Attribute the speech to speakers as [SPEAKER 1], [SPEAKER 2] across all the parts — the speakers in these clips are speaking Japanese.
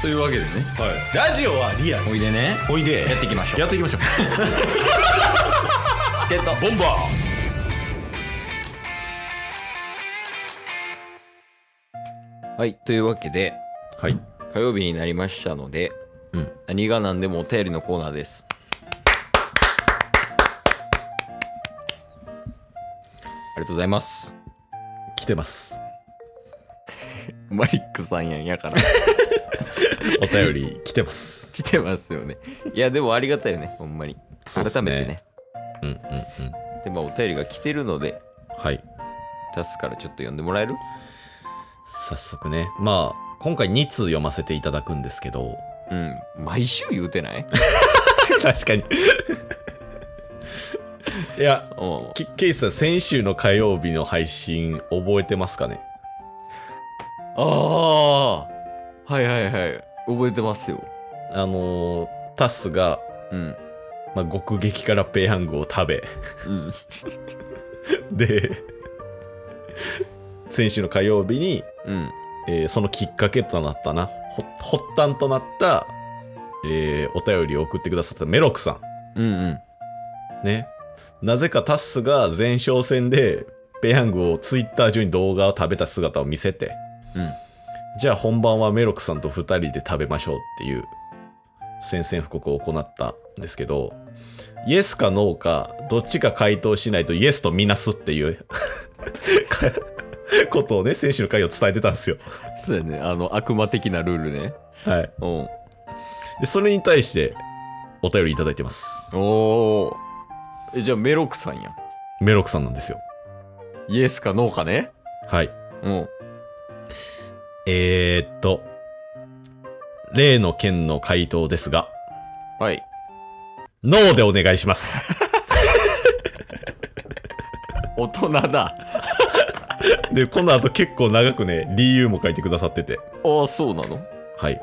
[SPEAKER 1] というわけでね
[SPEAKER 2] はい、ラジオはリアル
[SPEAKER 1] おいでね
[SPEAKER 2] おいで
[SPEAKER 1] やっていきましょう
[SPEAKER 2] やっていきましょう
[SPEAKER 1] ってた
[SPEAKER 2] ボンバ
[SPEAKER 1] はいというわけで
[SPEAKER 2] ーはい
[SPEAKER 1] 火曜日になりましたので
[SPEAKER 2] うん
[SPEAKER 1] 何が何でもお便りのコーナーですありがとうございます
[SPEAKER 2] 来てます
[SPEAKER 1] マリックさんやんやから
[SPEAKER 2] お便り来てます
[SPEAKER 1] 来てますよねいやでもありがたいよねほんまに
[SPEAKER 2] そう
[SPEAKER 1] 改
[SPEAKER 2] っすね
[SPEAKER 1] めてね
[SPEAKER 2] うんうんうん
[SPEAKER 1] でまあお便りが来てるので
[SPEAKER 2] はい
[SPEAKER 1] 出すからちょっと読んでもらえる
[SPEAKER 2] 早速ねまあ今回2通読ませていただくんですけど
[SPEAKER 1] うん毎週言うてない
[SPEAKER 2] 確かに いや
[SPEAKER 1] おう
[SPEAKER 2] ケケイスさん先週の火曜日の配信覚えてますかね
[SPEAKER 1] ああはいはいはい覚えてますよ
[SPEAKER 2] あのータスが、
[SPEAKER 1] うん
[SPEAKER 2] まあ、極激辛ペヤングを食べ
[SPEAKER 1] うん
[SPEAKER 2] で先週の火曜日に、
[SPEAKER 1] うん
[SPEAKER 2] えーそのきっかけとなったなほ発端となった、えーお便りを送ってくださったメロクさ
[SPEAKER 1] うんうん
[SPEAKER 2] んねなぜかタスが前哨戦でペヤングをツイッター上に動画を食べた姿を見せて
[SPEAKER 1] うん
[SPEAKER 2] じゃあ本番はメロクさんと2人で食べましょうっていう宣戦布告を行ったんですけどイエスかノーかどっちか回答しないとイエスとみなすっていう かことをね選手の会を伝えてたんですよ。
[SPEAKER 1] そうだねあの悪魔的なルールね
[SPEAKER 2] はい、
[SPEAKER 1] うん
[SPEAKER 2] でそれに対してお便りいただいてます。
[SPEAKER 1] おおじゃあメロクさんや
[SPEAKER 2] メロクさんなんですよ。
[SPEAKER 1] イエスかノーかね
[SPEAKER 2] はい。
[SPEAKER 1] うん
[SPEAKER 2] えー、っと例の件の回答ですが
[SPEAKER 1] はい
[SPEAKER 2] ノーでお願いし ます。
[SPEAKER 1] 大人だ
[SPEAKER 2] でこの後結構長くね理由も書いてくださってて。
[SPEAKER 1] ああそうなの
[SPEAKER 2] はい。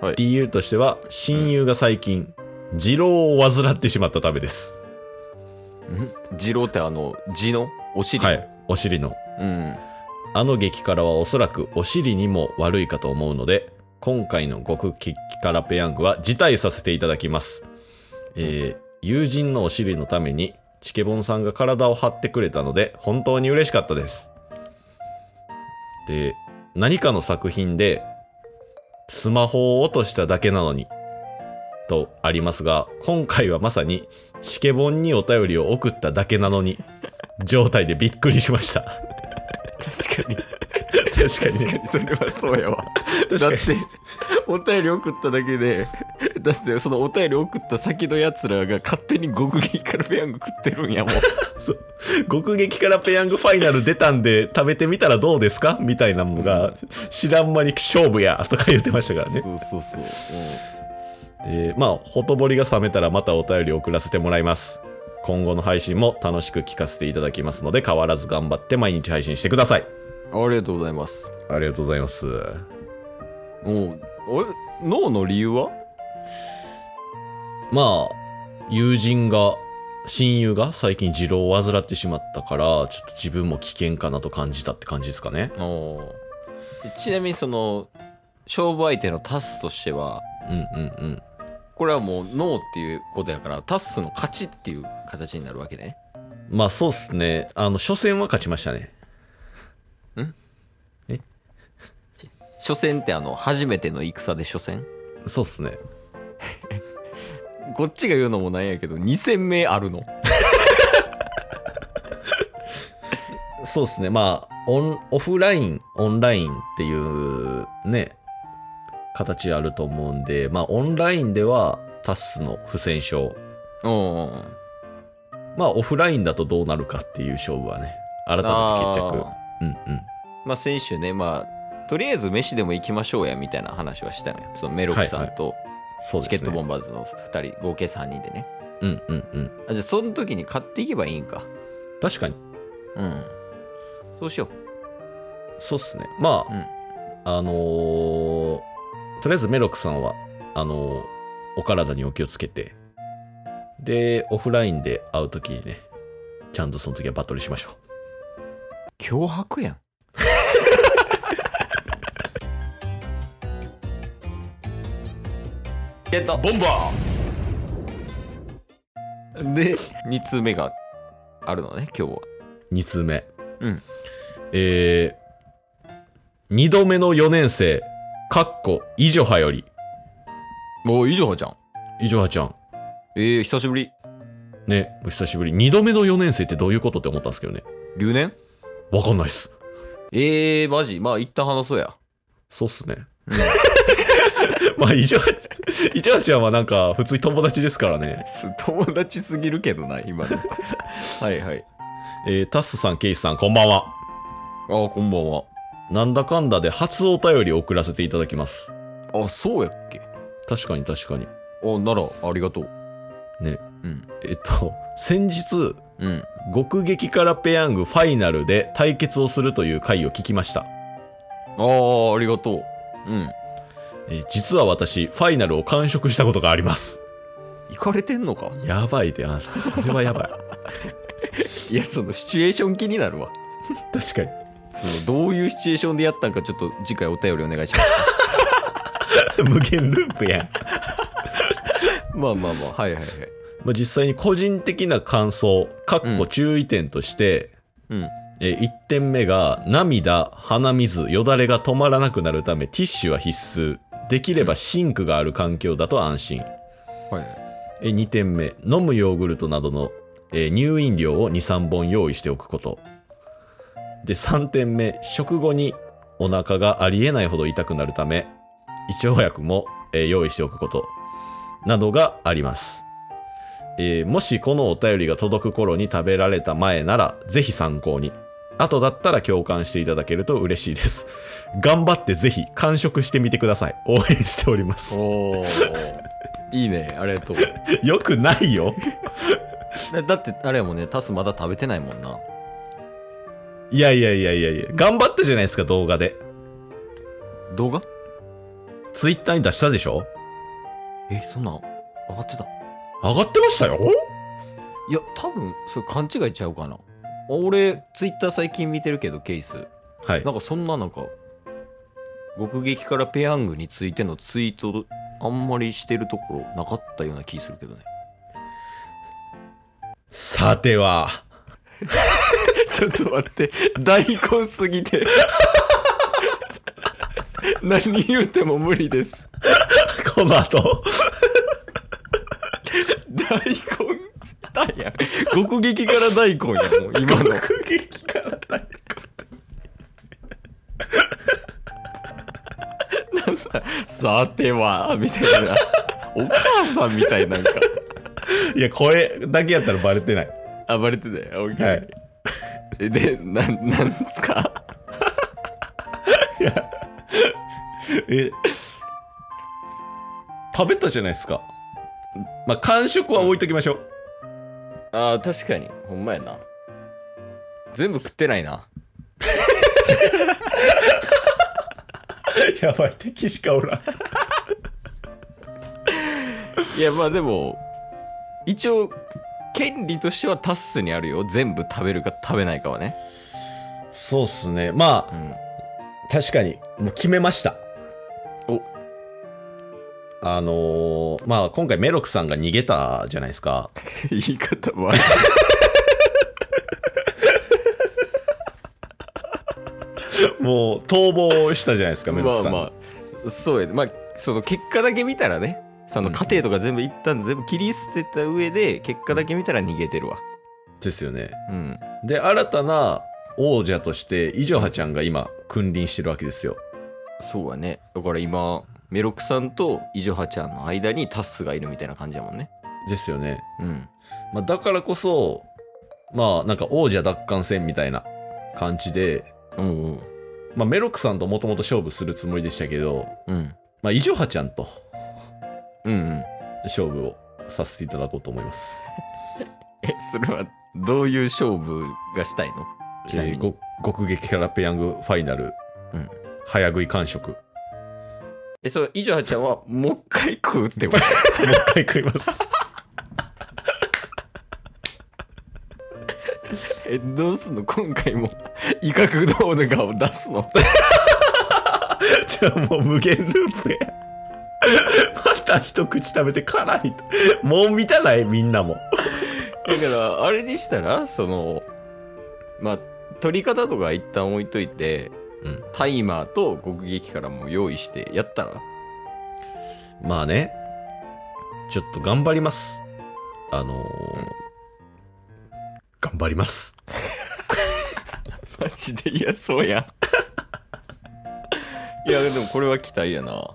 [SPEAKER 1] はい
[SPEAKER 2] 理由としては、親友が最近、二郎を患ってしまったためです。
[SPEAKER 1] ジローってあの地のお尻の、
[SPEAKER 2] はい。お尻の。
[SPEAKER 1] うん
[SPEAKER 2] あの激辛はおそらくお尻にも悪いかと思うので、今回の極激辛ペヤングは辞退させていただきます。えー友人のお尻のために、チケボンさんが体を張ってくれたので、本当に嬉しかったです。で、何かの作品で、スマホを落としただけなのに、とありますが、今回はまさに、チケボンにお便りを送っただけなのに、状態でびっくりしました。
[SPEAKER 1] 確かに
[SPEAKER 2] 確かに
[SPEAKER 1] 確かにそれはそうやわ
[SPEAKER 2] 確
[SPEAKER 1] だ
[SPEAKER 2] か
[SPEAKER 1] っ
[SPEAKER 2] に
[SPEAKER 1] てお便り送っただけでだってそのお便り送った先のやつらが勝手に極撃からペヤング食ってるんやもん
[SPEAKER 2] そう極撃からペヤングファイナル出たんで食べてみたらどうですかみたいなのが知らん間に勝負やとか言ってましたからね
[SPEAKER 1] そうそうそう、
[SPEAKER 2] でまあほとぼりが冷めたらまたお便り送らせてもらいます今後の配信も楽しく聞かせていただきますので変わらず頑張って毎日配信してください
[SPEAKER 1] うんありがとうございます
[SPEAKER 2] ありがとうございます
[SPEAKER 1] おうあれ脳の理由は
[SPEAKER 2] まあ友人が親友が最近持郎を患ってしまったからちょっと自分も危険かなと感じたって感じですかね
[SPEAKER 1] おちなみにその勝負相手のタスとしては
[SPEAKER 2] うんうんうん
[SPEAKER 1] これはもうノーっていうことやからタスの勝ちっていう形になるわけね
[SPEAKER 2] まあそうっすね。あの、初戦は勝ちましたね。
[SPEAKER 1] 初戦ってあの初めての戦で初戦
[SPEAKER 2] そうっすね。
[SPEAKER 1] こっちが言うのもなんやけど2戦目あるの
[SPEAKER 2] そうっすね。まあ、オン、オフライン、オンラインっていうね、形あると思うんで、まあオンラインではタスの不戦勝。
[SPEAKER 1] おうん
[SPEAKER 2] まあオフラインだとどうなるかっていう勝負はね、改めて決着。うんうん。
[SPEAKER 1] まあ、先週ね、まあ、とりあえず飯でも行きましょうやみたいな話はしたのよ。そのメロクさんと
[SPEAKER 2] そうで
[SPEAKER 1] チ
[SPEAKER 2] す
[SPEAKER 1] ケ
[SPEAKER 2] ね。
[SPEAKER 1] ットボンバーズの2人、合計3人でね。
[SPEAKER 2] うんうんうん。
[SPEAKER 1] あじゃあ、その時に買っていけばいいんか。
[SPEAKER 2] 確かに。
[SPEAKER 1] うん。そうしよ
[SPEAKER 2] そうっすね。ま
[SPEAKER 1] う。うん。
[SPEAKER 2] あ、あのーとりあえずメロクさんは、あのーお体にお気をつけて、で、オフラインで会うときにね、ちゃんとその時はバトルしましょう。
[SPEAKER 1] 脅迫やん。えっと
[SPEAKER 2] ボンバ
[SPEAKER 1] で2通目があるのね今日は
[SPEAKER 2] ー !2 通目。
[SPEAKER 1] うん。
[SPEAKER 2] えー、2度目の4年生、かっこ、イジョハより。
[SPEAKER 1] おいいじゃんじゃん
[SPEAKER 2] イジョハちゃん。
[SPEAKER 1] えー、久しぶり
[SPEAKER 2] ね、お久しぶり。2度目の4年生ってどういうことって思ったんですけどね。
[SPEAKER 1] 留年
[SPEAKER 2] わかんないっす。
[SPEAKER 1] えー、マジまあ一旦話そうや
[SPEAKER 2] そうっすね。 まあ、イジョハ、イジョハちゃんはなんか、普通に友達ですからね。
[SPEAKER 1] 友達すぎるけどな今の はいはい
[SPEAKER 2] えー、タッスさん、ケイスさん、こんばんは。
[SPEAKER 1] ああこんばんは
[SPEAKER 2] なんだかんだで初お便りを送らせていただきます。
[SPEAKER 1] あそうやっけ
[SPEAKER 2] 確かに確かに。
[SPEAKER 1] あならありがとう
[SPEAKER 2] ね。
[SPEAKER 1] うん
[SPEAKER 2] えっと、先日、
[SPEAKER 1] うん
[SPEAKER 2] 極撃からペヤングファイナルで対決をするという回を聞きました。
[SPEAKER 1] ああありがとううん
[SPEAKER 2] えー実は私、ファイナルを完食したことがあります。
[SPEAKER 1] 行かれてんのか
[SPEAKER 2] やばいで、あ、それはやばい。
[SPEAKER 1] いやそのシチュエーション気になるわ
[SPEAKER 2] 確かに。
[SPEAKER 1] そのどういうシチュエーションでやったんかちょっと次回お便りお願いします
[SPEAKER 2] 無限ループやん。
[SPEAKER 1] まあまあまあはいはいはい
[SPEAKER 2] まあ、実際に個人的な感想、かっこ注意点として、
[SPEAKER 1] うん
[SPEAKER 2] えー1点目が、涙、鼻水、よだれが止まらなくなるため、ティッシュは必須。できればシンクがある環境だと安心。
[SPEAKER 1] はいはい
[SPEAKER 2] えー2点目、飲むヨーグルトなどの、えー入飲料を2、3本用意しておくこと。で、3点目、食後にお腹がありえないほど痛くなるため、胃腸薬も、えー用意しておくこと。などがあります。えーもしこのお便りが届く頃に食べられた前なら、ぜひ参考に。後だったら共感していただけると嬉しいです。頑張ってぜひ完食してみてください。応援しております。
[SPEAKER 1] おおいいねありがとう
[SPEAKER 2] よくないよ。
[SPEAKER 1] だだってあれやもんねタスまだ食べてないもんない
[SPEAKER 2] やいやいやいやいや、頑張ったじゃないですか、動画で。
[SPEAKER 1] 動画
[SPEAKER 2] ツイッターに出したでしょ
[SPEAKER 1] えそんなん上がってたい
[SPEAKER 2] 上がってましたよ
[SPEAKER 1] や多分それ勘違いちゃうかなあ俺ツイッター最近見てるけどケース
[SPEAKER 2] はい
[SPEAKER 1] な。んかそんななんか極撃からペヤングについてのツイートあんまりしてるところなかったような気するけどね
[SPEAKER 2] さては、
[SPEAKER 1] ちょっと待って大根すぎ て何言うても無理です
[SPEAKER 2] この後、
[SPEAKER 1] 大根だや極撃から大根やもう今の
[SPEAKER 2] 空撃から大根
[SPEAKER 1] さてはみたいなお母さんみたいなんか
[SPEAKER 2] いや、声だけやったらバレてない。
[SPEAKER 1] 暴れてたよ、OK
[SPEAKER 2] はい
[SPEAKER 1] えでななんすか
[SPEAKER 2] え、食べたじゃないですか。まあ、完食は置いときましょう。
[SPEAKER 1] あー確かにほんまやな全部食ってないな
[SPEAKER 2] やばい、敵しかおらん。
[SPEAKER 1] いやまあでも一応権利としてはタスにあるよ全部食べるか食べないかはね
[SPEAKER 2] そうっすね。ま
[SPEAKER 1] う
[SPEAKER 2] あ、
[SPEAKER 1] ん
[SPEAKER 2] 確かに、もう決めました。
[SPEAKER 1] お
[SPEAKER 2] あのーまあ、今回メロクさんが逃げたじゃないですか。
[SPEAKER 1] 言い方悪い
[SPEAKER 2] もう逃亡したじゃないですか、メロ
[SPEAKER 1] ま
[SPEAKER 2] ク
[SPEAKER 1] あ
[SPEAKER 2] さん。
[SPEAKER 1] まあそうやねまあその結果だけ見たらねその
[SPEAKER 2] うん
[SPEAKER 1] 過程とか全部一旦全部切り捨てた上で結果だけ見たら逃げてるわ
[SPEAKER 2] ですよね。
[SPEAKER 1] うん
[SPEAKER 2] で、新たな王者として、イジョハちゃんが今、君臨してるわけですよ。
[SPEAKER 1] そうやねだから今メロクさんとイジョハちゃんの間にタスがいるみたいな感じやもんね
[SPEAKER 2] ですよね。
[SPEAKER 1] うん
[SPEAKER 2] まあ、だからこそ、まあ、なんか王者奪還戦みたいな感じで、
[SPEAKER 1] うんうん
[SPEAKER 2] まあ、メロクさんともともと勝負するつもりでしたけど、
[SPEAKER 1] うん
[SPEAKER 2] まあ、イジョハちゃんと
[SPEAKER 1] うんうん
[SPEAKER 2] 勝負をさせていただこうと思います。
[SPEAKER 1] えそれはどういう勝負がしたいのちなみ
[SPEAKER 2] えー
[SPEAKER 1] に、
[SPEAKER 2] ご極撃からペヤングファイナル、
[SPEAKER 1] うん
[SPEAKER 2] 早食い完食。 も
[SPEAKER 1] えそれイジョハちゃんはもう一回食うってこと
[SPEAKER 2] う一回食います。
[SPEAKER 1] えどうすんの今回も 威嚇どうの顔出すの
[SPEAKER 2] じゃあもう無限ループや。た一口食べて辛いと。もう見たないみんなも。
[SPEAKER 1] だからあれにしたらそのまあ取り方とか一旦置いといて
[SPEAKER 2] うん。
[SPEAKER 1] タイマーと極撃からも用意してやったら
[SPEAKER 2] まあね。ちょっと頑張ります。あ
[SPEAKER 1] う
[SPEAKER 2] のー
[SPEAKER 1] ん
[SPEAKER 2] 頑張ります。
[SPEAKER 1] マジで嫌そうや んいやでもこれは期待やな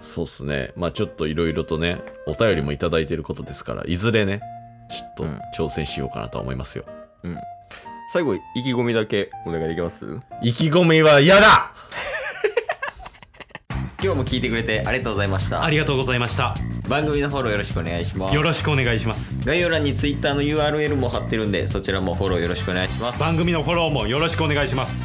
[SPEAKER 2] そうっすね。まあちょっといろいろとね、お便りもいただいてることですから、いずれね、ちょ
[SPEAKER 1] う
[SPEAKER 2] っ
[SPEAKER 1] ん
[SPEAKER 2] と挑戦しようかなとは思いますよ。
[SPEAKER 1] 最後意気込みだけお願いできます
[SPEAKER 2] 意気込みは嫌だ
[SPEAKER 1] 今日も聞いてくれてありがとうございました
[SPEAKER 3] ありがとうございました
[SPEAKER 1] 番組のフォローよろしくお願いします
[SPEAKER 3] よろしくお願いします
[SPEAKER 1] 概要欄に Twitter の URL も貼ってるんでそちらもフォローよろしくお願いします
[SPEAKER 3] 番組のフォローもよろしくお願いします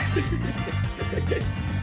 [SPEAKER 3] す